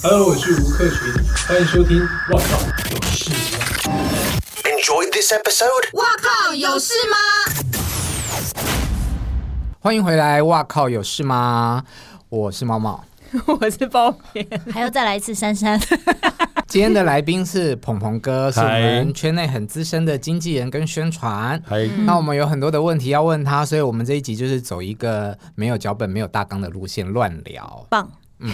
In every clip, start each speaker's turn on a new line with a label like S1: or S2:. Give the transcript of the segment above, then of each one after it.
S1: Hello，我是吴克群，欢迎收听《我靠有事吗》。
S2: Enjoyed this episode?
S3: 哇靠，有事吗？
S4: 欢迎回来！哇靠，有事吗？我是猫猫，
S5: 我是包边，
S3: 还要再来一次珊珊，
S4: 今天的来宾是鹏鹏哥，是我
S6: 嗨
S4: 们圈内很资深的经纪人跟宣传。
S6: 还
S3: 嗯
S4: 那我们有很多的问题要问他，所以我们这一集就是走一个没有脚本、没有大纲的路线乱聊。嗯
S3: 棒！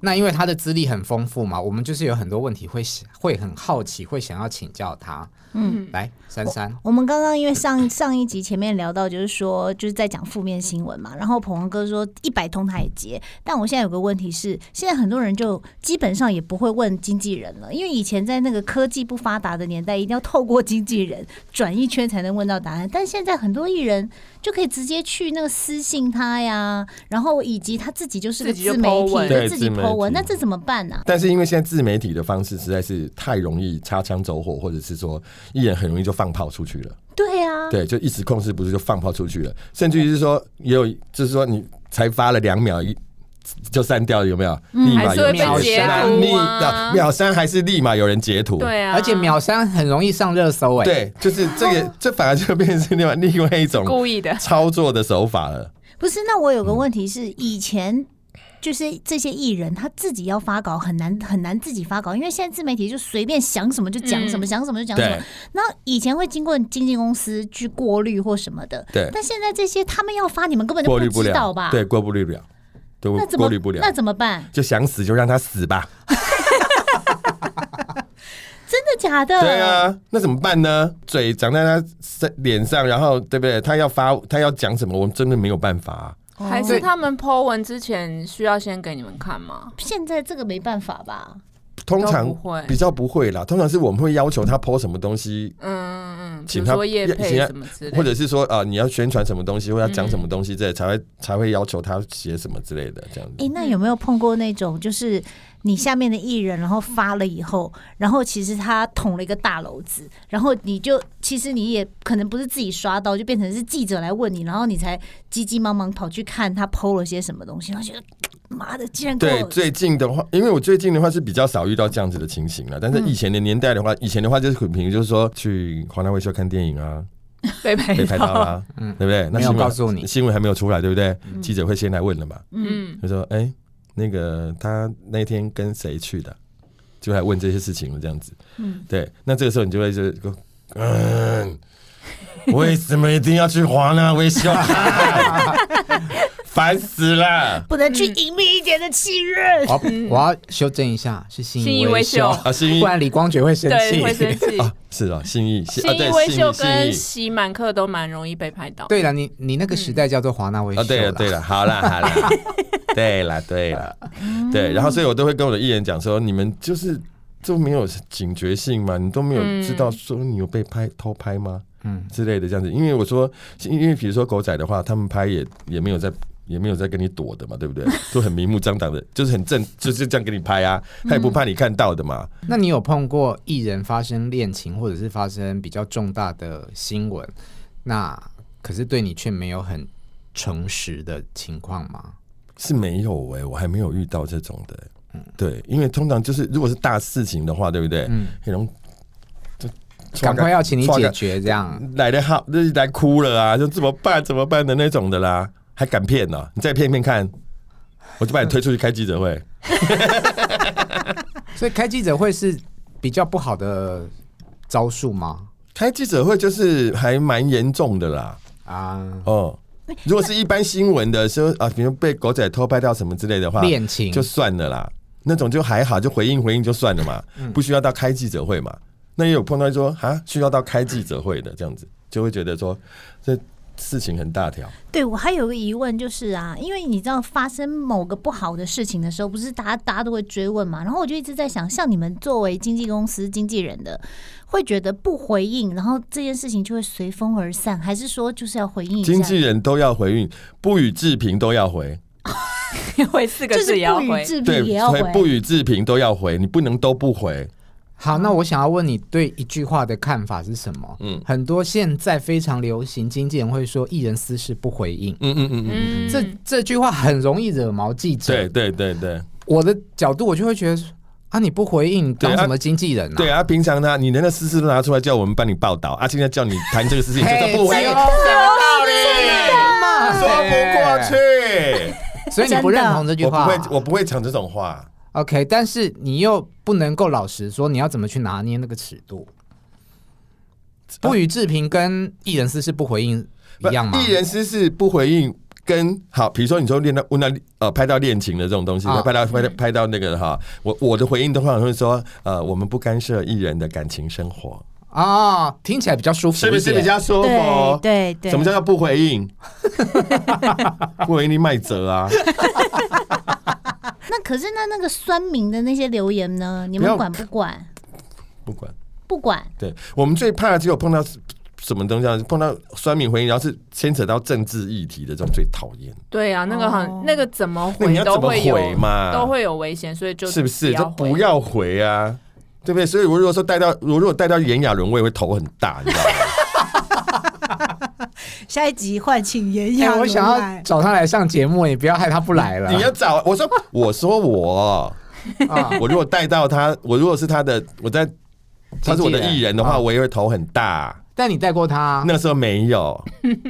S4: 那因为他的资历很丰富嘛，我们就是有很多问题会想会很好奇，会想要请教他。嗯，来，珊珊，
S3: 我们刚刚因为上上一集前面聊到，就是说就是在讲负面新闻嘛，然后鹏鹏哥说一百通他也接，但我现在有个问题是，现在很多人就基本上也不会问经纪人了，因为以前在那个科技不发达的年代，一定要透过经纪人 转一圈才能问到答案，但现在很多艺人就可以直接去那个私信他呀，然后以及他自己就是个
S5: 自己就
S3: 自媒
S5: po 文
S3: 体，
S6: 对
S3: 自己
S6: 自媒
S3: Po 文，
S6: 体
S3: 那这怎么办呢、啊
S6: 但是因为现在自媒体的方式实在是太容易擦枪走火，或者是说艺人很容易就放炮出去了，
S3: 对啊，
S6: 对，就一时控制不住就放炮出去了，甚至于是说也有，就是说你才发了两秒一。就删掉了有没有？
S3: 嗯
S6: 立马
S5: 还是
S6: 有
S5: 会
S6: 人
S4: 被截
S6: 删
S5: 图
S6: 立
S5: 啊
S6: 秒删还是立马有人截图？
S5: 对啊，
S4: 而且秒删很容易上热搜哎、，
S6: 对，就是这
S3: 哦
S6: 个，这反而就变成是另外另外一种
S5: 故意的，
S6: 操作的手法了。
S3: 不是，那我
S6: 嗯
S3: 有个问题是，以前就是这些艺人他自己要发稿很难很难自己发稿，因为现在自媒体就随便想什么就讲什么，
S5: 嗯
S3: 想什么就讲什
S6: 对
S3: 么。那以前会经过经纪公司去过滤或什么的，
S6: 对，
S3: 但现在这些他们要发，你们根本就
S6: 过滤不
S3: 知道
S6: 了
S3: 吧？，
S6: 对，过不滤不了，对
S3: 那，怎么
S6: 过滤不了
S3: 那，怎么办？
S6: 就想死就让他死吧。
S3: 真的假的？
S6: 对，啊，那怎么办呢？嘴长在他身脸上，然后对不对？他要发，他要讲什么，我们真的没有办法、啊。
S5: 还是他们 Po 文之前需要先给你们看吗？
S3: 现在这个没办法吧？
S6: 通常
S5: 都不会
S6: 比较不会啦，通常是我们会要求他 PO 什么东西，
S5: 嗯嗯，嗯，比
S6: 请
S5: 如
S6: 他
S5: 说叶配
S6: 请他
S5: 什么之类的，嗯
S6: 或者是说啊、呃你要宣传什么东西，或要讲什么东西之类，才会才会要求他写什么之类的这样
S3: 哎、
S6: 子。
S3: 那有没有碰过那种，就是你下面的艺人，然后发了以后，然后其实他捅了一个大篓子，然后你就其实你也可能不是自己刷到，就变成是记者来问你，然后你才急急忙忙跑去看他剖了些什么东西，然后觉得妈的，竟然给
S6: 对，
S3: 我
S6: 最近的话，因为我最近的话是比较少遇到这样子的情形了。但是以前的年代的话，以前的话就是很平，就是说去华纳维修看电影啊，
S5: 被拍
S6: 被拍到啦、对不对？那
S4: 没有
S6: 新闻
S4: 告诉你
S6: 新闻还没有出来，对不对？记者会先来问了嘛。
S5: 嗯，
S6: 他说：“哎、那个他那天跟谁去的？”就来问这些事情了，这样子。嗯，对。那这个时候你就会就嗯，为什么一定要去华纳维修啊？烦死了！
S3: 不能去隐秘一点的气人。
S4: 我我要修正一下，是信
S5: 嗯信
S4: 义
S5: 义
S4: 微
S5: 微
S4: 秀
S5: 秀，
S6: 啊，信义
S4: 不然李光觉会生
S5: 嗯对，会生
S4: 气。
S5: 气。
S6: 啊，是啊，信义信啊，
S5: 新
S6: 对
S5: 一，微
S6: 信
S5: 秀
S6: 义信
S5: 跟
S6: 义。
S5: 喜满客都蛮容易被拍 到，
S4: 对了，你你那个时代叫做华纳微秀
S6: 啊，对了，对了，好 啦，好啦，对啦，对啦，对，然后所以我都会跟我的艺人讲说，你们就是都没有警觉性嘛，你都没有知道说你有被拍偷拍吗？嗯之类的这样子，因为我说，因为比如说狗仔的话，他们拍也也没有在。也没有在跟你躲的嘛，对不 对？都很明目张胆的，就是很正，就是这样给你拍啊，他也不怕你看到的嘛。
S4: 那你有碰过艺人发生恋情，或者是发生比较重大的新闻，那可是对你却没有很诚实的情况吗？
S6: 是没有哎、我还没有遇到这种的、欸
S4: 嗯
S6: 对，因为通常就是如果是大事情的话，对不对？嗯，可能就
S4: 赶快要请你解
S6: 创
S4: 决，这样
S6: 来的好，就是来哭了啊，就怎么办怎么办的那种的啦，还敢骗呢、你再骗骗看，我就把你推出去开记者
S4: 嗯
S6: 会。
S4: 所以开记者会是比较不好的招数吗？
S6: 开记者会就是还蛮严重的啦，
S4: 啊，
S6: 哦。如果是一般新闻的说啊，比如被狗仔偷拍到什么之类的话，
S4: 恋情
S6: 就算了啦，那种就还好，就回应回应就算了嘛，
S4: 嗯
S6: 不需要到开记者会嘛。那也有碰到说啊，需要到开记者会的这样子，就会觉得说这事情很大条。
S3: 对我还有个疑问就是啊，因为你知道发生某个不好的事情的时候，不是大家大家都会追问嘛？然后我就一直在想，像你们作为经纪公司经纪人的，会觉得不回应，然后这件事情就会随风而散，还是说就是要回应一下？
S6: 经纪人都要回应，不予置评都要回，
S5: 回四个
S3: 就是
S5: 字也要
S3: 不
S5: 回
S3: 予。置
S6: 对
S3: 评也要，
S6: 不
S3: 回。
S6: 予置评都要回，你不能都不回。
S4: 好，那我想要问你对一句话的看法是什么？嗯，很多现在非常流行，经纪人会说艺人私事不回应，
S6: 嗯嗯嗯嗯，
S5: 嗯，
S4: 这这句话很容易惹毛记者。
S6: 对对对对，
S4: 我的角度我就会觉得啊，你不回应
S6: 对
S4: 当什
S6: 啊
S4: 么经纪人啊？
S6: 对啊，平常他你连那私事都拿出来叫我们帮你报道啊，现在叫你谈这个事情，就
S4: 嘿
S6: 是不回
S4: 这
S6: 应
S4: 个
S6: 道理？
S4: 嘛，
S6: 说不过去，
S4: 所以你不认同这句
S6: 我不
S4: 话？
S6: 会，我不会讲这种话。
S4: OK，但是你又不能够老实说，你要怎么去拿捏那个尺度？不予置评跟艺人私事不回应一
S6: 不
S4: 样吗？
S6: 艺人私事不回应跟好，比如说你说练到问到呃拍到恋情的这种东西，
S4: 啊
S6: 拍到拍到拍到那个的哈，我我的回应的话会说呃，我们不干涉艺人的感情生活，
S4: 啊、听起来比较舒服
S6: 是
S4: 一
S6: 不
S4: 点，
S6: 是比较舒
S3: 对
S6: 服？
S3: 对对，
S6: 什么叫做不回应？ 不回应你卖折啊！
S3: 那可是那那个酸民的那些留言呢？你
S6: 不
S3: 们
S6: 要
S3: 管不管？
S6: 不管。
S3: 不管。
S6: 对我们最怕的只有碰到什么东西啊，碰到酸民回应，然后是牵扯到政治议题的这种最讨厌，
S5: 对啊，那个很、
S3: 哦
S5: 那个怎么
S6: 那你
S5: 回
S6: 要
S5: 都
S6: 怎么
S5: 会有
S6: 回嘛
S5: 都会有危险，所以就是
S6: 不是？就
S5: 要回
S6: 不要回啊，对不对？所以我如果说带到，我如果带到炎亚纶，我也会头很大，你知道 吗？
S7: 下一集换请炎
S4: 哎
S7: 亚纶
S4: 我想要
S7: 来
S4: 找他来上节目，你不要害他不来了。
S6: 你要找我说，我说我，
S4: 啊
S6: 我如果带到他，我如果是他的，我在他是我的艺人的话，
S4: 啊
S6: 我也会头很大。
S4: 但你带过他啊，
S6: 那个时候没有，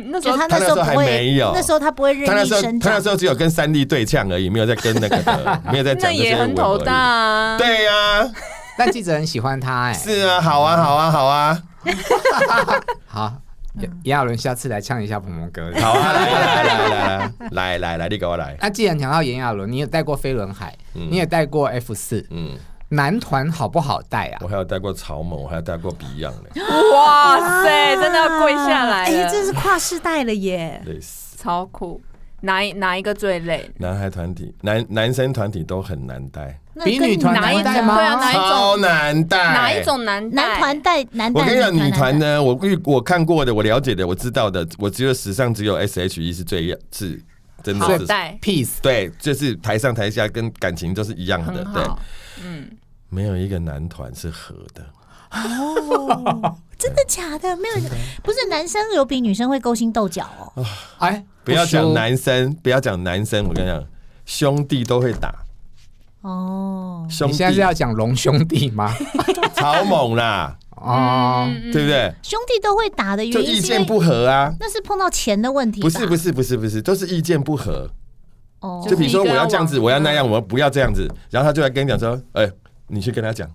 S5: 那时
S3: 就
S5: 候
S3: 他
S6: 他那
S3: 时候
S6: 时候还
S3: 不会
S6: 没，有
S3: 那时候他不会
S6: 他
S3: 任
S6: 那
S3: 意
S6: 时候
S3: 生
S6: 他那
S3: 长
S6: 时。候只有跟三弟对呛而已，没有在跟那个 的，没有在
S5: 那
S6: 讲这些
S5: 也很
S6: 微博
S5: 头
S6: 而已
S5: 大。啊。
S6: 对呀、啊，
S4: 但记者很喜欢他、哎，
S6: 是啊，好啊，好啊，好啊，
S4: 好，炎亚纶下次来呛一下鹏鹏哥。
S6: 好啊，来来来来来来来来，你给我来，
S4: 那既然讲到炎亚纶，你也带过飞轮海，
S6: 嗯
S4: 你也带过 F 四，
S6: 嗯，
S4: 男团好不好带啊
S6: 我？还有带过草蜢，我还有带过 Beyond 呢，
S5: 哇塞，哎真的要跪下来
S7: 哎、
S5: 了，
S7: 这是跨世代了耶！
S6: 类似
S5: 超酷。哪一哪一个最累？
S6: 男孩团体、男男生团体都很难带，
S3: 那
S4: 比
S3: 跟
S4: 女团
S5: 哪
S4: 难
S5: 一
S4: 带
S5: 种
S4: 吗？
S5: 对啊哪一种
S6: 超难带，
S5: 哪一？种难带
S3: 男团？带男带
S6: 我跟你讲，女
S3: 男
S6: 团
S3: 带
S6: 呢，我遇我看过的，我了解的，我知道的，我只有史上只有 S.H.E 是最是真
S5: 好
S6: 的是
S5: 带
S4: Peace
S6: 对，就是台上台下跟感情都是一样的
S5: 很，
S6: 对，
S5: 嗯好，
S6: 没有一个男团是合的，
S3: 真的假的？没有一个，不是男生有比女生会勾心斗角哦。
S4: 哎，
S6: 不要讲
S4: 输
S6: 男生，不要讲男生，我跟你讲，兄弟都会打，
S3: 哦，
S6: 兄
S4: 你
S6: 弟
S4: 现在 是要讲龙兄弟吗？
S6: 草蜢啦，
S4: 哦，
S5: 嗯
S6: 对不对？
S3: 兄弟都会打的
S6: 就
S3: 原因
S6: 意
S3: 是因
S6: 见
S3: 为
S6: 不合啊，
S3: 那是碰到钱的问题吧，
S6: 不是不
S3: 是
S6: 是不是不是，都是意见不合。
S3: 哦
S5: 就
S6: 就比如说
S5: 是一
S6: 我
S5: 个
S6: 要这样子，
S5: 往
S6: 我要那样，我不要这样子，然后他就来跟你讲说，哎，你去跟他讲。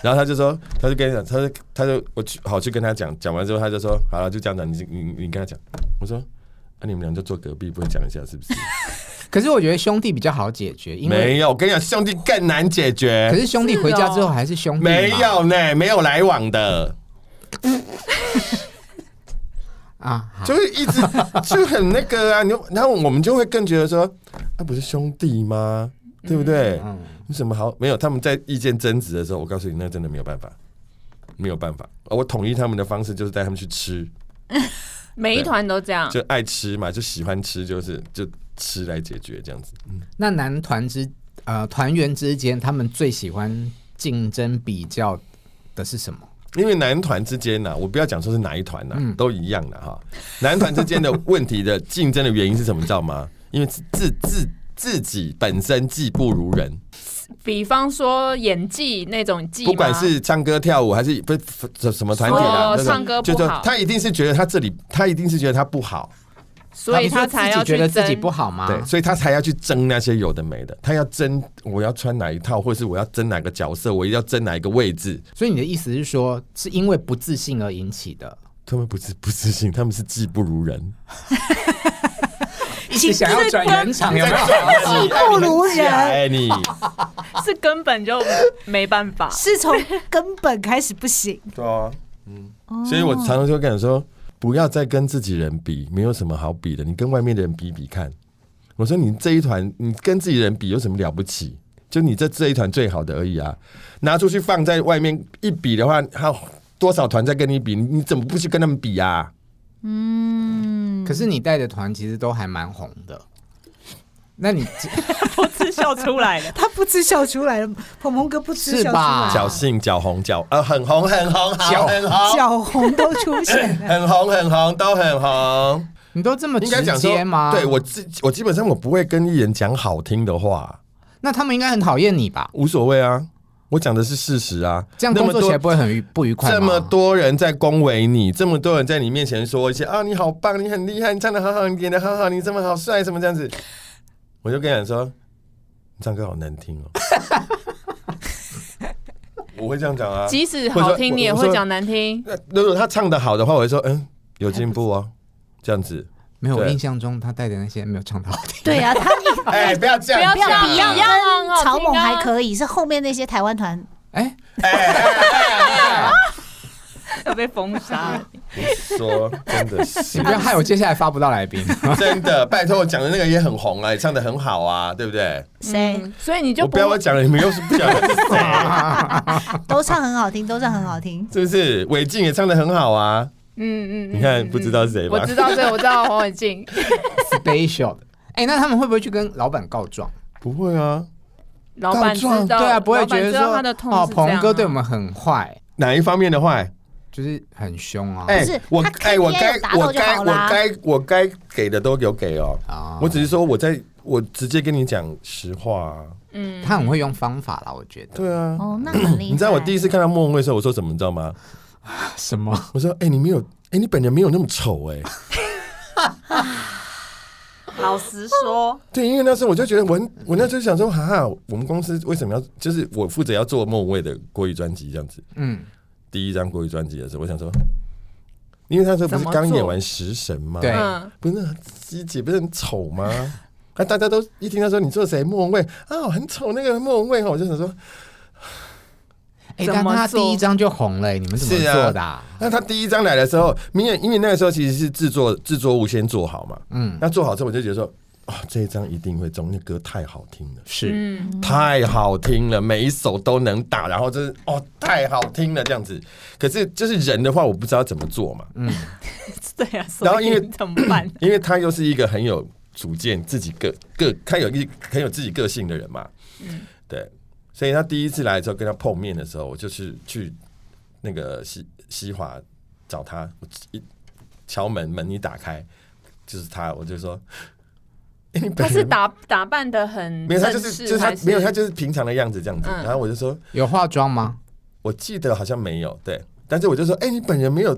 S6: 然后他就说，他就跟你讲，他就他就我去好去跟他讲，讲完之后他就说，好了就这样讲，你你你你跟他讲。我说，啊你们俩就坐隔壁，不会讲一下是不是？
S4: 可是我觉得兄弟比较好解决，因为
S6: 没有，我跟你讲兄弟更难解决。
S4: 可是兄弟回家之后还是兄弟嘛，
S6: 没有呢，没有来往的，
S4: 啊，好
S6: 就是一直就很那个啊。你就然后我们就会更觉得说，那、不是兄弟吗？对不对？
S4: 嗯
S6: 有什么好？没有，他们在意见争执的时候，我告诉你，那真的没有办法，没有办法。呃我统一他们的方式就是带他们去吃，
S5: 每一团都这样。
S6: 就爱吃嘛，就喜欢吃，就是就吃来解决这样子。
S4: 那男团之呃团员之间，他们最喜欢竞争比较的是什么？
S6: 因为男团之间呢、我不要讲说是哪一团呢、
S4: 嗯
S6: 都一样的哈。男团之间的问题的竞争的原因是什么，你知道吗？因为自自自自己本身技不如人，
S5: 比方说演技那种技吗，啊
S6: 不管是唱歌跳舞还是不什什么团体
S5: 哦
S6: 啦，那种
S5: 唱歌不
S6: 就说
S5: 好
S6: 他一定是觉得他这里，他一定是觉得他不好，
S5: 所以
S4: 他啊
S5: 他
S4: 不是
S5: 才
S4: 自
S5: 要
S4: 己觉
S5: 去
S4: 得自己
S5: 争
S4: 不好吗？
S6: 对，所以他才要去争那些有的没的。他要争我要穿哪一套，或是我要争哪个角色，我一定要争哪一个位置。
S4: 所以你的意思是说，是因为不自信而引起的，
S6: 他们不是不自信，他们是技不如人。
S4: 一直想要转圆场，有没有？
S6: 技
S7: 不如人。
S6: 哎你。
S5: 是根本就没办法
S7: 是从根本开始不行，
S6: 对啊，嗯，所以我常常就会跟你说，不要再跟自己人比，没有什么好比的，你跟外面的人比比看。我说你这一团，你跟自己人比有什么了不起？就你这这一团最好的而已啊，拿出去放在外面一比的话，还有多少团在跟你比？你你怎么不去跟他们比啊？
S5: 嗯
S4: 可是你带的团其实都还蛮红的，那 你
S5: 是笑出来的，
S7: 他不知笑出来了，鹏鹏哥不知
S4: 是
S7: 笑出
S4: 吧
S7: 来
S6: 侥幸、脚红、脚呃，很红、很红、
S4: 脚
S6: 好、很红、
S7: 脚红都出现了。
S6: 很红、很红，都很红。
S4: 你都这么
S6: 应该
S4: 直
S6: 讲说
S4: 接吗？
S6: 对我基我基本上我不会跟艺人讲好听的话，
S4: 那他们应该很讨厌你吧？
S6: 无所谓啊。我讲的是事实啊，
S4: 这样
S6: 那
S4: 工
S6: 么
S4: 作起
S6: 多
S4: 来不会很愉不愉快吗？
S6: 这么多人在恭维你，这么多人在你面前说一些啊，你好棒，你很厉害，你唱的好好，你演的好好，你这么好帅，什么这样子，我就跟你讲说，你唱歌好难听哦。我会这样讲啊。
S5: 即使
S6: 或者
S5: 好
S6: 说
S5: 听，你也
S6: 我
S5: 会
S6: 说
S5: 讲难听。
S6: 那如果他唱的好的话，我会说，嗯，有进步哦，这样子。
S4: 没有，我
S6: 对
S4: 印象中他带的那些没有唱到好听。
S3: 对啊，他一
S6: 哎、不要这样
S5: 不要这样
S6: 讲，
S5: 比一样啊很好听啊
S3: 曹猛还可以，是后面那些台湾团
S4: 哎，
S5: 要 被封 杀。
S6: 说真的是
S4: 你不要害我接下来发不到来宾。
S6: 真的，拜托，我讲的那个也很红啊，也唱的很好啊，对不对？
S3: 谁
S5: 嗯所以你就
S6: 我不要我讲了，你们又是不讲了，
S3: 都唱很好听，都唱很好听。
S6: 是不是？韦静也唱的很好啊，
S5: 嗯嗯嗯，
S6: 你看
S5: 嗯
S6: 不知道谁吧
S5: 我知道这，我知道黄伟晋。
S4: Special 的。哎、那他们会不会去跟老板告状？
S6: 不会啊，
S5: 老板知道，
S4: 对啊，不会
S5: 老板
S4: 觉得
S5: 知道
S4: 说
S5: 他的痛
S4: 哦，
S5: 是这样啊
S4: 鹏哥对我们很坏，
S6: 哪一方面的坏？
S4: 就是很凶啊。
S6: 哎、
S3: 是
S6: 我
S3: 他
S6: 哎、
S3: KPI
S6: 我该
S3: 有达到
S6: 我
S3: 就
S6: 该
S3: 好
S6: 我
S3: 啦
S6: 该我该给的都有给哦。
S4: 啊
S6: 我只是说我在我直接跟你讲实话、啊。
S5: 嗯，
S4: 他很会用方法啦，我觉得。
S6: 对啊，
S3: 哦，那 很厉害。
S6: 你知道我第一次看到莫文蔚的时候，我说什么你知道吗？啊
S4: 什么？
S6: 我说哎、你没有哎、你本人没有那么丑哎、
S5: 老实说，
S6: 对，因为那时候我就觉得我很我那时候就想说，哈、哈，我们公司为什么要就是我负责要做莫文蔚的国语专辑这样子。
S4: 嗯，
S6: 第一张国语专辑的时候，我想说，因为那时候不是
S5: 怎么做
S6: 刚演完《食神》吗？
S4: 对
S5: 嗯，
S6: 不是鸡姐不是很丑吗？那、大家都一听到说你做谁莫文蔚啊，很丑那个莫文蔚哈，哦我就想说，
S4: 哎、
S5: 怎么
S4: 但他
S5: 做
S4: 第一张就红了、哎你们怎么
S6: 是啊
S4: 做的啊、
S6: 那他第一张来的时候，明显因为那个时候其实是制作制作物先做好嘛，
S4: 嗯，
S6: 那做好之后我就觉得说。啊、这一张一定会中，那歌太好听了，
S4: 是
S5: 嗯
S6: 太好听了，每一首都能打，然后就是哦，太好听了这样子。可是就是人的话，我不知道怎么做嘛，
S5: 对啊，
S6: 然后因为
S5: 所以怎么办？
S6: 因为他又是一个很有主见、自己个个，他有一很有自己个性的人嘛。
S5: 嗯
S6: 对，所以他第一次来的时候跟他碰面的时候，我就是去那个西西华找他，我一敲门，门一打开就是他，我就说。诶你本
S5: 他
S6: 人
S5: 是打打扮的很
S6: 没有，他就
S5: 正
S6: 是
S5: 式
S6: 就是他
S5: 还是
S6: 没有，他就是平常的样子这样子。
S5: 嗯
S6: 然后我就说，
S4: 有化妆吗？
S6: 我记得好像没有，对，但是我就说，哎、你本人没有，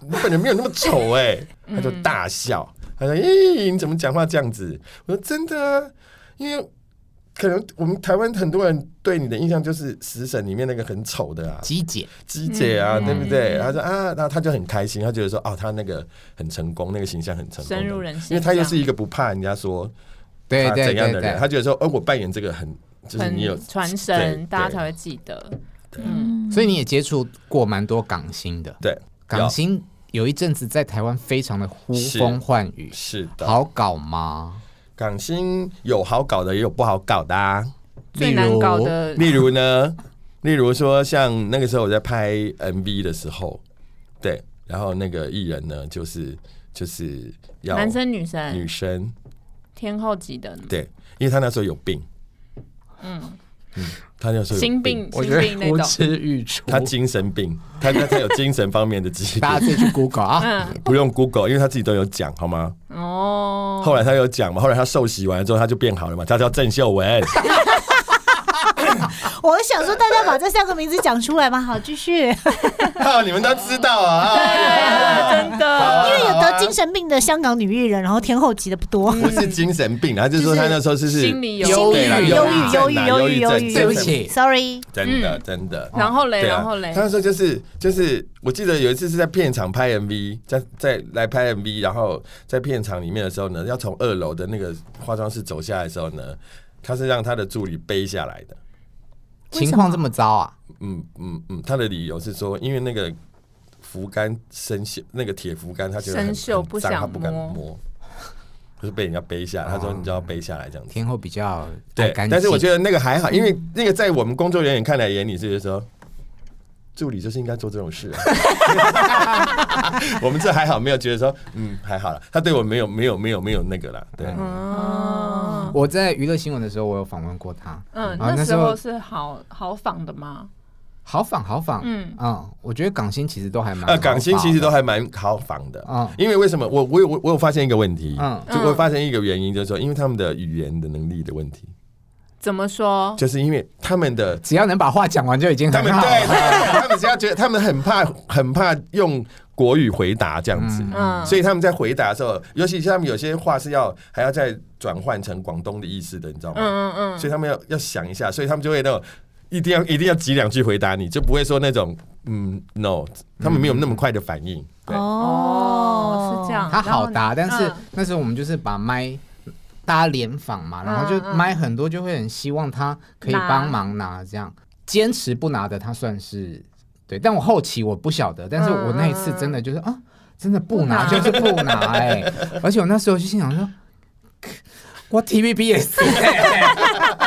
S6: 你本人没有那么 丑哎、
S5: 嗯
S6: 他就大笑，他说，咦、你怎么讲话这样子？我说真的啊，因为可能我们台湾很多人对你的印象就是《食神》里面那个很丑的啊，
S4: 鸡姐，
S6: 鸡姐啊，
S5: 嗯
S6: 对不对？他说啊，然后他就很开心，他觉得说，哦，他那个很成功，那个形象很成功，
S5: 深入人心，
S6: 因为他又是一个不怕人家说
S4: 对
S6: 他
S4: 对
S6: 怎样
S4: 对
S6: 的人，
S4: 对
S6: 他，觉得说，哦，我扮演这个很。就
S5: 这样
S6: 是你有
S5: 很传
S6: 对
S5: 神，大家
S6: 对
S5: 才会记得。嗯
S4: 所以你也接触过蛮多港星的。
S6: 对
S4: 港星有一阵子在台湾非常的呼风唤雨，
S6: 是的，
S4: 好搞吗？
S6: 港星有好搞的，也有不好搞 的、啊。
S5: 最难搞的
S6: 例如呢，例如说像那个时候我在拍 MV 的时候，对，然后那个艺人呢，就是就是要
S5: 男生女
S6: 女
S5: 生
S6: 生，
S5: 天后级的
S6: 对，因为他那时候有病，嗯他那时候有
S5: 心病，
S4: 我
S5: 心
S4: 觉得
S5: 病那
S4: 呼
S5: 种。
S4: 之欲出。
S6: 他精神病，他他他有精神方面的 疾病
S4: 大家，自己去 Google 啊。
S5: 嗯
S6: 不用 Google，因为他自己都有讲，好吗？
S5: 哦，
S6: 后来他有讲嘛，后来他受洗完了之后他就变好了嘛，他叫郑 秀文。
S3: 我想说，大家把这三个名字讲出来嘛。好，继续， 因
S6: 哈，哦你们都知道啊，
S5: 啊真的，
S3: 为有得精神病的香港女艺人，然后天后级的不多。
S6: 不是精神病，他就说他那时候就是
S5: 心理有
S4: 忧郁
S6: 对啦
S4: 忧郁
S6: 忧郁症啊
S3: 忧郁忧
S6: 忧
S3: 郁忧
S6: 郁症
S3: 郁
S4: 对不起，
S3: Sorry，
S6: 真的真的。
S5: 嗯然后嘞，
S6: 对啊
S5: 然后嘞
S6: 他，那时候就是就是，我记得有一次是在片场拍 MV，在在来拍 MV，然后在片场里面的时候呢，要从二楼的那个化妆室走下来的时候呢，他是让他的助理背下来的。
S4: 情况这么糟啊？
S6: 嗯嗯嗯，他的理由是说，因为那个扶杆生锈，那个铁扶杆，他觉得
S5: 生
S6: 很
S5: 锈
S6: 很脏
S5: 不想
S6: 他不敢
S5: 摸哦
S6: 摸，就是被人家背下来。他说你就要背下来这样子。
S4: 天后比较爱
S6: 对，
S4: 干净，
S6: 但是我觉得那个还好，因为那个在我们工作人员看来眼里是说，助理就是应该做这种事、啊 我们这还好，没有觉得说，嗯，还好了。他对我没有没有没有没有那个啦，对，
S5: 哦，
S4: 我在娱乐新闻的时候，我有访问过他。
S5: 嗯，
S4: 啊
S5: 那
S4: 时
S5: 时候是好好仿的吗？
S4: 好仿好仿，嗯
S5: 嗯
S4: 我觉得港星其实都还蛮好
S6: 呃，
S4: 仿的
S6: 港星其实都还蛮好仿的，
S4: 嗯
S6: 因为为什么我我有我我有发现一个问题，
S4: 嗯
S6: 就我发现一个原因就是说，因为他们的语言的能力的问题，
S5: 怎么说？
S6: 就是因为他们的
S4: 只要能把话讲完就已经
S6: 他
S4: 很
S6: 们
S4: 好了。
S6: 对对，他们只要觉得他们很怕很怕用国语回答这样子，
S5: 嗯，
S6: 所以他们在回答的时候，尤其是他们有些话是要还要再转换成广东的意思的，你知道吗？
S5: 嗯嗯
S6: 所以他们要要想一下，所以他们就会那种一定要一定要挤两句回答你，就不会说那种嗯 no，他们没有那么快的反应。对，
S5: 嗯，哦，是这样。
S4: 它
S5: 然后
S4: 好
S5: 呢
S4: 答，但是
S5: 嗯
S4: 那时候我们就是把麦。大家联访嘛，然后就
S5: 嗯嗯
S4: 麦很多，就会很希望他可以
S5: 拿
S4: 帮忙拿，这样坚持不拿的，他算是对。但我后期我不晓得，但是我那一次真的就是啊，真的不拿
S5: 嗯不
S4: 就
S5: 拿
S4: 是不拿哎、 而且我那时候就心想说， 我 TVB 也是、
S5: 啊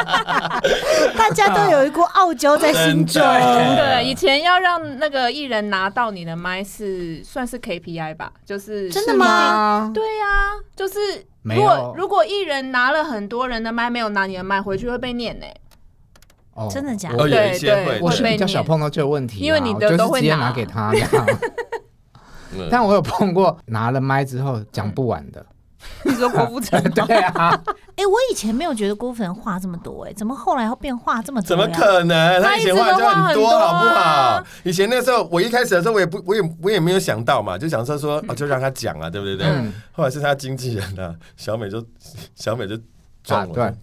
S7: 大家都有一股傲娇在心中。
S5: 对，以前要让那个艺人拿到你的麦是算是 KPI 吧，就是
S7: 真
S4: 是
S7: 的吗？
S4: 吗？
S5: 对呀、就是
S4: 没
S5: 如
S4: 有
S5: 果如果艺人拿了很多人的麦，没有拿你的麦，回去会被念呢、
S4: 哦
S3: 真的假的
S4: 我
S6: 哦，有一些
S5: 对
S6: 会
S5: 对，
S4: 我
S5: 会
S4: 是
S5: 被
S4: 比较少
S5: 念
S4: 碰到这个问题啦，啊
S5: 因为你的
S4: 我就
S5: 都
S4: 是
S5: 会
S4: 直接
S5: 拿
S4: 拿给他这 样。
S6: 嗯
S4: 但我有碰过拿了麦之后讲不完的，
S5: 你说郭富 城
S4: 对啊，
S3: 哎、我以前没有觉得郭富城话这么多、哎，怎么后来要变话这么多
S6: 怎
S3: 呀？
S6: 么可能？
S5: 他
S6: 他
S5: 一
S6: 以
S5: 直
S6: 前
S5: 都
S6: 话就
S5: 话很
S6: 很
S5: 多
S6: 多，好不
S5: 啊
S6: 好？以前那时候，我一开始的时候，我也不，我也我也没有想到嘛，就想说说，哦，就让他讲啊，对不对？
S4: 嗯
S6: 后来是他经纪人啊，小美就小美就撞
S4: 打
S6: 我，
S4: 断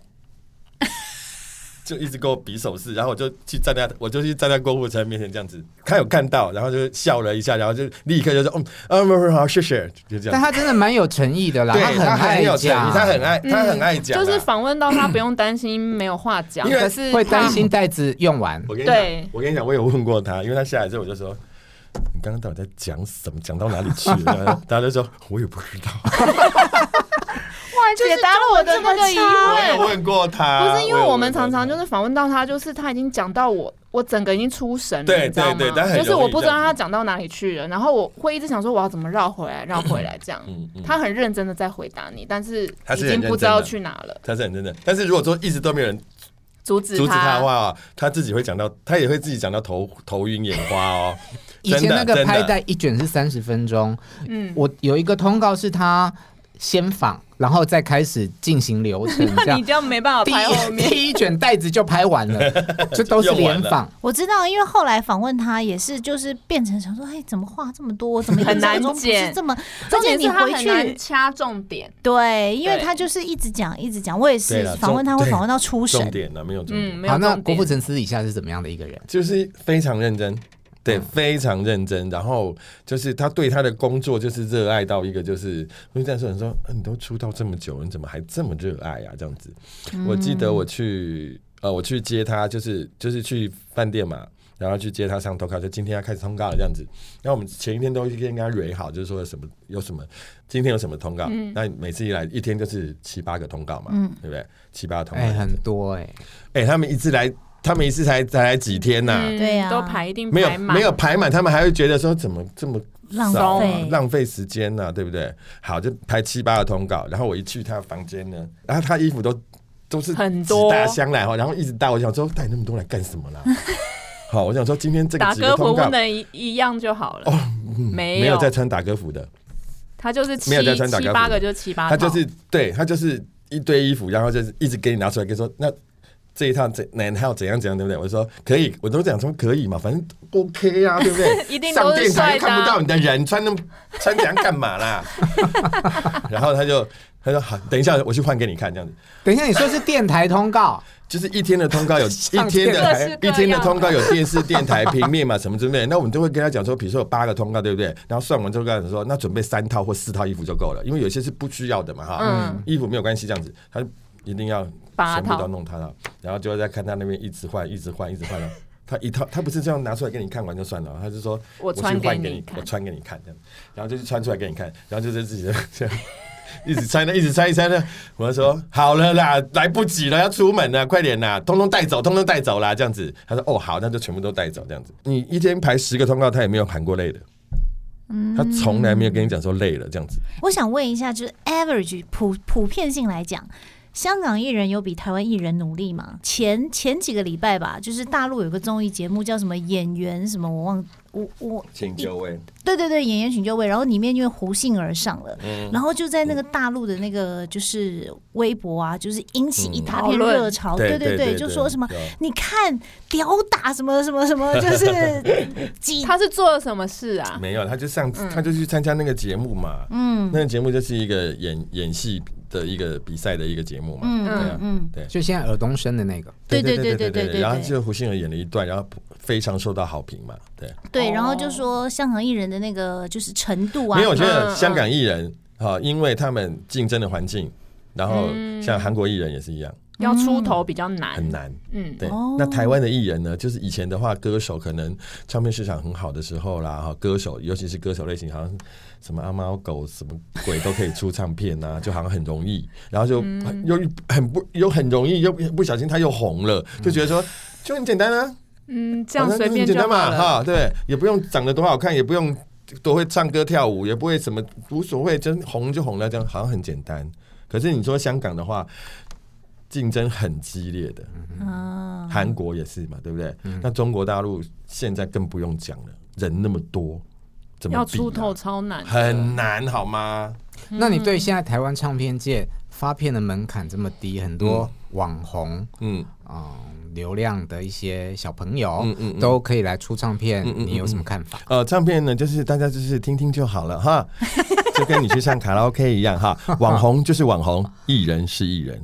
S6: 就一直给我比手势，然后我就去站在，我就去站在郭富城面前这样子，他有看到，然后就笑了一下，然后就立刻就说，嗯，啊，没有好，谢谢，就这
S4: 但
S6: 样。
S4: 他真的蛮有诚意的啦，
S6: 对他
S4: 很爱
S6: 很有诚
S4: 讲，
S6: 意，他很爱，他很爱讲啊，
S5: 嗯就是访问到他不用担心没有话讲，
S6: 因为
S5: 可是
S4: 会
S5: 他
S4: 担心袋子用完。
S6: 我跟你
S5: 对
S6: 讲，我跟你讲，我有问过他，因为他下来之后我就说。你刚刚到底在讲什么？讲到哪里去了？ 大家就说，我也不知道。
S5: 哇，解答了我的那个疑
S6: 我有
S5: 问。
S6: 问过他，
S5: 不是因为
S6: 有问过他
S5: 我们常常就是访问到他，就是他已经讲到我，我整个已经出神了，
S6: 对
S5: 你知道吗
S6: 对对但很容易
S5: 就是我不知道他讲到哪里去了，然后我会一直想说我要怎么绕回来，绕回来这样。
S6: 嗯嗯
S5: 他很认真的在回答你，但是
S6: 他
S5: 已
S6: 是
S5: 经
S6: 很认真的
S5: 不知道去哪了，
S6: 他是很真的。但是如果说一直都没有人
S5: 阻止
S6: 阻止他的话，他自己会讲到，他也会自己讲到头头晕眼花哦。
S4: 以前那
S6: 真
S4: 个
S6: 的
S4: 拍
S6: 真的，
S4: 带一卷是三十分钟，
S5: 嗯，
S4: 我有一个通告是他先访，然后再开始进行流 程，这样。
S5: 这样没办法
S4: 第一 第一卷袋子就拍完 了，这都是
S6: 用完
S4: 联
S6: 了
S4: 访。
S3: 我知道，因为后来访问他也是，就是变成想说，哎，怎么话这么多？我怎么
S5: 很
S3: 印象
S5: 难
S3: 中不
S5: 剪
S3: 是这么？而
S5: 重
S3: 且
S5: 点
S3: 你
S5: 是他
S3: 回
S5: 很难
S3: 去
S5: 掐重点，
S3: 对，因为
S5: 对
S3: 他就是一直讲，一直讲。我也
S6: 对
S3: 是
S6: 了
S3: 访问他，
S6: 重
S3: 会访问到出神
S6: 重。点啊呢、没有重点，
S5: 嗯，没有
S4: 好，
S5: 重点。
S4: 那郭富城私底下是怎么样的一个人？
S6: 就是非常认真。对，非常认真，然后就是他对他的工作就是热爱到一个，就是我就这样说，你说、啊、你都出道这么久了，你怎么还这么热爱啊？这样子，我记得我去呃，我去接他，就是就是去饭店嘛，然后去接他上通告，就今天要开始通告了这样子。然后我们前一天都先跟他蕊好，就是说有什么有什么，今天有什么通告，那每次一来一天就是七八个通告嘛，对不对？七八个通告，
S4: 哎、
S6: 哎、
S4: 很多哎、
S6: 他们一次来，他们一次才才来几天呐、
S5: 嗯
S3: 对啊
S5: 都排一定
S6: 没有
S5: 排满
S6: 没有排满，他们还会觉得说怎么这么
S3: 浪
S6: 少啊
S3: 费
S6: 浪费时间呢、对不对？好，就拍七八个通告，然后我一去他房间呢，然后他衣服都都是
S5: 很多
S6: 几大箱来哦，然后一直带，我想说带那么多来干什么 啦？好，我想说今天这个
S5: 打
S6: 几个
S5: 歌
S6: 通
S5: 服
S6: 告哦嗯
S5: 不能一一样就好了，没
S6: 没有
S5: 有
S6: 在穿打歌服的，
S5: 他就是七
S6: 没有在穿打
S5: 七
S6: 高
S5: 八
S6: 服
S5: 个就七八
S6: 他
S5: 套，
S6: 就是对他就是一堆衣服，然后就是一直给你拿出来，跟你说那。这一套怎哪一套怎样怎样，对不对？我说可以，我都讲说可以嘛，反正 OK 啊，对不对？
S5: 一定
S6: 上
S5: 都是
S6: 电台
S5: 帅
S6: 又
S5: 的
S6: 看不
S5: 啊、
S6: 到你的人，穿那么穿这样干嘛啦？ 然后他就他说好，等一下我去换给你看，这样子。
S4: 等一下，你说是电台通告，
S6: 就是一天的通 告有一
S4: 上
S6: 天
S4: 天
S5: 各式
S6: 的
S5: 各
S6: 一
S5: 样
S6: 天的通告有电视、电台、平面嘛什么之类的，那我们都会跟他讲说，比如说有八个通告，对不对？然后算完之后跟他讲说，那准备三套或四套衣服就够了，因为有些是不需要的嘛哈，
S5: 嗯
S6: 衣服没有关系这样子，他就一定要
S5: 八
S6: 全部
S5: 套
S6: 都弄他了，然后就在看他那边一直换，一直换，一直换了。他一套，他不是这样拿出来给你看完就算了，他是说
S5: 我
S6: 去
S5: 穿
S6: 换
S5: 给
S6: 给
S5: 你看
S6: 我穿给你看这样，然后就是穿出来给你看，然后就是自己的这样一直穿，一直穿，一直穿呢。我就说好了啦，来不及了，要出门了，快点啦，通通带走，通通带走啦，这样子。他说哦好，那就全部都带走这样子。你一天排十个通告，他也没有喊过累的，
S5: 嗯
S6: 他从来没有跟你讲说累了这样子。
S3: 我想问一下，就是 average 普普遍性来讲，香港艺人有比台湾艺人努力吗？前前几个礼拜吧，就是大陆有个综艺节目叫什么演员什么，我忘我我
S6: 请就位，
S3: 对对对，演员请就位，然后里面因为胡杏儿上了，
S6: 嗯
S3: 然后就在那个大陆的那个就是微博啊，就是引起一大片
S5: 讨论
S3: 热潮，
S6: 嗯对
S3: 对
S6: 对对
S3: 对，
S6: 对
S3: 就说什么
S6: 有
S3: 你看屌打什么什么什么，就是 几
S5: 他是做了什么事啊？
S6: 没有，他就上，他就去参加那个节目嘛。嗯，那个节目就是一个演演戏的一个比赛的一个节目嘛。对啊，嗯，对。
S4: 就现在尔东升的那个，
S3: 对对对对对对
S6: 然后就胡杏儿演了一段，然后非常受到好评嘛。对，
S3: 对，然后就说香港艺人的那个就是程度啊，
S6: 哦没有，我
S5: 嗯
S6: 觉得
S5: 嗯
S6: 香港艺人哈，因为他们竞争的环境，然后
S3: 嗯
S6: 像韩国艺人也是一样，
S5: 要出头比较难，
S6: 很难。
S5: 嗯，
S6: 对，
S3: 哦
S6: 那台湾的艺人呢，就是以前的话，歌手可能唱片市场很好的时候啦，哈，歌手尤其是歌手类型，好像什么阿猫狗什么鬼都可以出唱片啊，就好像很容易，然后就
S3: 嗯
S6: 很又很不又很容易，又不小心他又红了，就觉得说。就很简单啊，
S5: 嗯，这
S6: 好
S5: 样
S6: 像
S5: 随
S6: 很
S5: 便
S6: 简
S5: 就
S6: 单
S5: 好了。
S6: 嘛，哈，对，也不用长得多好看，也不用多会唱歌跳舞，也不会什么，无所谓，真红就红了，这样好像很简单。可是你说香港的话，竞争很激烈的，
S5: 嗯
S3: 啊，
S6: 韩国也是嘛，对不对？那中国大陆现在更不用讲了，人那么多，怎么
S5: 要
S6: 比、
S5: 出头
S6: 啊？
S5: 超难，
S6: 很难好吗？
S5: 嗯
S4: 那你对现在台湾唱片界发片的门槛这么低，很多网红
S6: 嗯，
S4: 嗯，流量的一些小朋友，
S6: 嗯嗯嗯
S4: 都可以来出唱片，
S6: 嗯嗯
S4: 你有什么看法？
S6: 呃，唱片呢，就是大家就是听听就好了哈，就跟你去上卡拉 OK 一样哈。网红就是网红，艺人是艺人，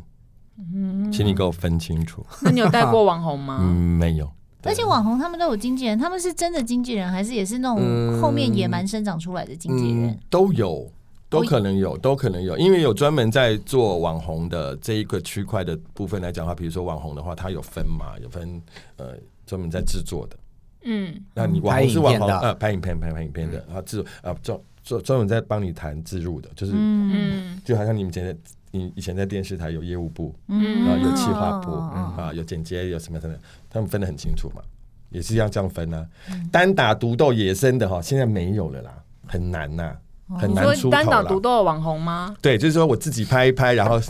S5: 嗯
S6: 请你给我分清楚。
S5: 那你有带过网红吗？
S6: 嗯，
S4: 啊
S6: 没有，
S3: 而且网红他们都有经纪人，他们是真的经纪人，还是也是那种后面野蛮生长出来的经纪人？
S6: 嗯，都
S4: 哦
S6: 有。都可能
S4: 嗯
S6: 有，都可能有，因为有专门在做网红的这一个区块的部分来讲的话，比如说网红的话，它有分嘛，有分呃专门在制作的，
S5: 嗯，
S6: 那你网
S4: 拍
S6: 红是
S4: 影
S6: 网
S4: 片
S6: 红
S4: 的嗯
S6: 呃，拍影片拍拍影片的，然后制作啊专专专门在帮你谈植入的，就是
S5: 嗯
S6: 就好像你们以前在你以前在电视台有业务部，
S3: 嗯
S6: 然后啊有企划部
S5: 嗯
S3: 哦
S6: 啊，有剪接有什么什么，他们分得很清楚嘛，也是要这样分啊。
S5: 嗯
S6: 单打独斗野生的哈，现在没有了啦，很难呐，很
S5: 哦你
S6: 难
S5: 说
S6: 出头
S5: 单打独
S6: 啦。
S5: 斗的网红吗？
S6: 对，就是说我自己拍一 拍，然后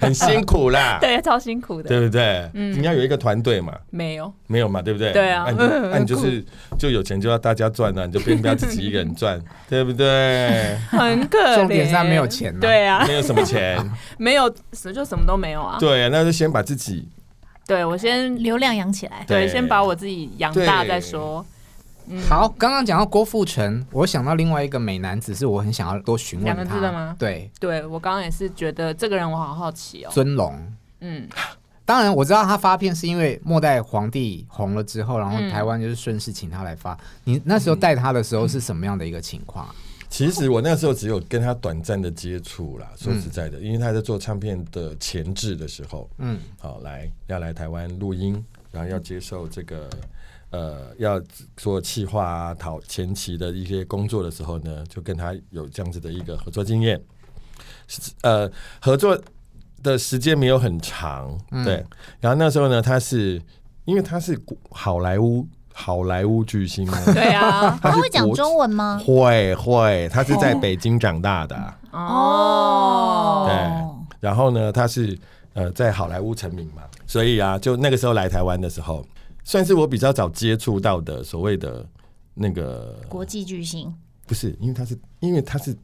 S6: 很辛苦啦，
S5: 对，超辛苦的，
S6: 啊对不对？你要有一个团队嘛。
S5: 没有，
S6: 没有嘛，对不对？
S5: 对啊
S6: 那、你就那、你就是就有钱就要大家赚啊，你就并不要自己一个人赚，对 不对？
S5: 很可怜。
S4: 重点是他没有钱啊
S5: 对啊
S6: 没，有什么 钱，
S5: 没有什就什么都没有啊。
S6: 对啊，那就先把自己
S5: 对，我先
S3: 流量养起来，
S5: 对，
S6: 对
S5: 先把我自己养大
S6: 对
S5: 再说。
S6: 嗯
S4: 好，刚刚讲到郭富城，我想到另外一个美男子，是我很想要多询问他
S5: 两个字的吗
S4: 对，
S5: 对我刚刚也是觉得这个人我好好奇 哦。
S4: 尊龙。
S5: 嗯，
S4: 当然，我知道他发片是因为末代皇帝红了之后，然
S5: 嗯
S4: 后台湾就是顺势请他来发。你那时候带他的时候是什么样的一个情况啊？
S6: 其实我那时候只有跟他短暂的接触啦，说实在的，因为他在做唱片的前置的时候，
S4: 嗯，
S6: 好来要来台湾录音，然后要接受这个呃要做企划啊、讨前期的一些工作的时候呢，就跟他有这样子的一个合作经验。是呃，合作的时间没有很长，对。然后那时候呢，他是因为他是好莱坞好莱坞巨星嘛，
S5: 对啊，
S6: 他
S3: 他
S6: 是
S3: 会讲
S6: 国
S3: 中文吗？
S6: 会会，他是在北京长大的，啊
S3: 哦
S5: 哦，
S6: 对。然后呢，他是呃在好莱坞成名嘛，所以啊，就那个时候来台湾的时候，算是我比较早接触到的所谓的那个
S3: 国际巨星，
S6: 不是，因为他是因为他是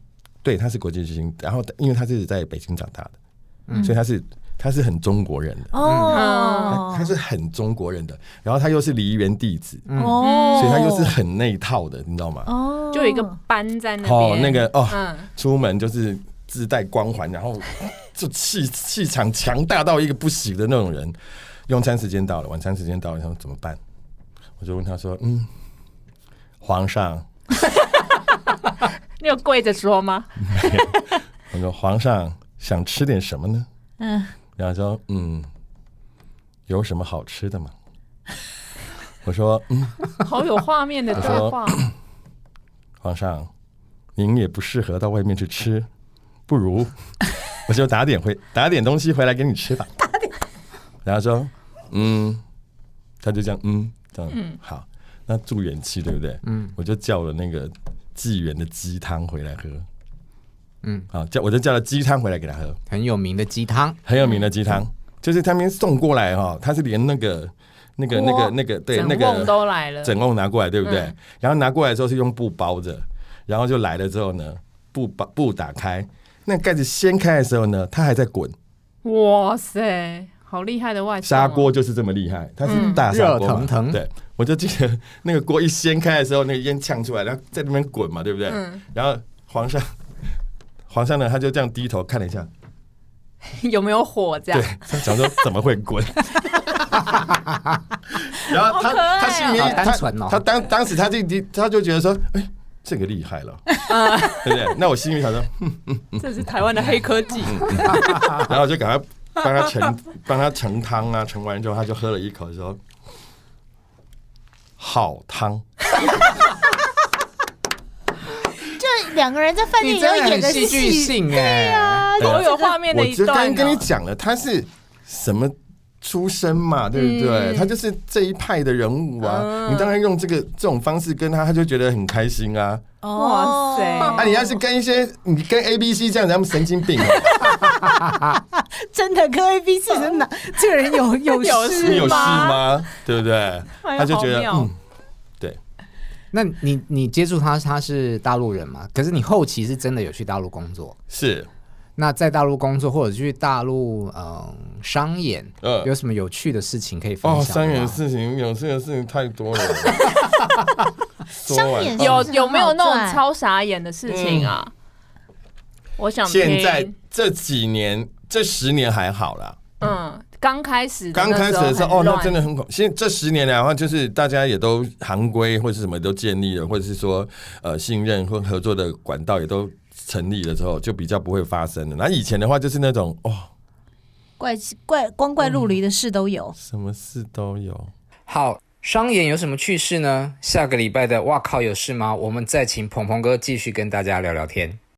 S6: 对他是国际巨星，然后因为他是在北京长大的，所以他是他是很中国人的，
S3: 嗯哦
S6: 他他是很中国人的，然后他又是梨园弟子，
S3: 哦，
S6: 嗯所以他又是很那一套的，你知道吗？
S3: 哦，
S5: 就有一个班在那边。
S6: 哦，那个哦，
S5: 嗯
S6: 出门就是自带光环，然后就气气场强大到一个不行的那种人。用餐时间到了，晚餐时间到了，他说怎么办？我就问他说：“嗯，皇上，
S5: 你有跪着说吗？
S6: 我说皇上想吃点什么呢？”
S3: 嗯，
S6: 然后说：“嗯，有什么好吃的吗？”我说：“嗯，
S5: 好有画面的对话，
S6: 皇上，您也不适合到外面去吃，不如我就打点回 打点东西回来给你吃吧。然后说，嗯，他就这样，嗯，这样，好，那助元气对不对？嗯，我就叫了那个济源的鸡汤回来喝。
S4: 嗯，
S6: 好，叫我就叫了鸡汤回来给他喝，
S4: 很有名的鸡汤，
S6: 很有名的鸡汤，就是他们送过来哈、哦，他是连那个那个、那个、那个，对，
S5: 整
S6: 那
S5: 瓮
S6: 个
S5: 都来了，
S6: 整瓮拿过来，对不对？
S5: 嗯
S6: 然后拿过来的时候是用布包着，然后就来了之后呢，布把布打开，那盖子掀开的时候呢，它还在滚。
S5: 哇塞，好厉害的外送哦
S6: 砂锅就是这么厉
S5: 哦
S6: 害，它是大砂锅嘛
S4: 嗯热腾腾
S6: 对，我就记得那个锅一掀开的时候，那个烟呛出来，然后在那边滚嘛，对不对？
S5: 嗯
S6: 然后皇上，皇上呢，他就这样低头看了一下，
S5: 有没有火这样
S6: 对？，他想说怎么会滚？
S5: 哦
S6: 然后他、
S5: 好可爱哦
S6: 他心里面
S4: 好单
S6: 他
S4: 纯哦
S6: 他当当时他就他就觉得说，哎，这个厉害 了，
S5: 啊
S6: 对不对？那我心里想说，
S5: 这是台湾的黑科技，
S6: 嗯 然后我就赶快帮他盛帮他盛汤啊，盛完之后他就喝了一口，说：“好汤。
S7: 这两个人在饭店
S4: 你
S7: 也要
S4: 真的
S7: 演
S4: 很
S7: 个
S4: 戏剧
S7: 戏，
S4: 性哎、
S5: 好有画面
S6: 啊我
S5: 的一
S6: 就刚
S5: 段
S6: 刚
S5: 哦。
S6: 跟你讲了，他是什么出身
S5: 嗯
S6: 嘛，对不对？他就是这一派的人物啊。你当然用这个这种方式跟他，他就觉得很开心啊。
S5: 哇塞
S6: 那、
S7: 哦
S6: 啊你要是跟一些你跟 A、B、C 这样，咱们神经病、 啊，
S7: 真的跟 A B C 真的，这个人有有
S5: 有
S7: 事
S5: 事
S6: 你有事吗？对不对？
S5: 哎呀
S6: 他就觉得
S5: 好妙
S6: 嗯，
S4: 那你你接触他，他是大陆人嘛？可是你后期是真的有去大陆工作，
S6: 是
S4: 那在大陆工作或者去大陆嗯商演，
S6: 嗯
S4: 有什么有趣的事情可以分享
S6: 哦，
S4: 吗？
S6: 商演事情有这个事情太 多了。哦商
S3: 商演
S5: 有
S3: 是
S5: 有没有那
S3: 很好
S5: 种
S3: 赚
S5: 超傻眼的事情啊？我想听
S6: 嗯现在这几年这十年还好啦，
S5: 嗯，刚开始
S6: 刚开始的时候哦，
S5: 很
S6: 那
S5: 乱
S6: 真的很恐。现在这十年来的话，就是大家也都行规或是什么都建立了，或者是说呃信任或合作的管道也都成立了之后，就比较不会发生了。那以前的话就是那种哦，
S3: 怪怪光怪陆离的事都有。
S6: 什么事都有。
S4: 好，商演有什么趣事呢？下个礼拜的哇靠有事吗？我们再请鹏鹏哥继续跟大家聊聊天。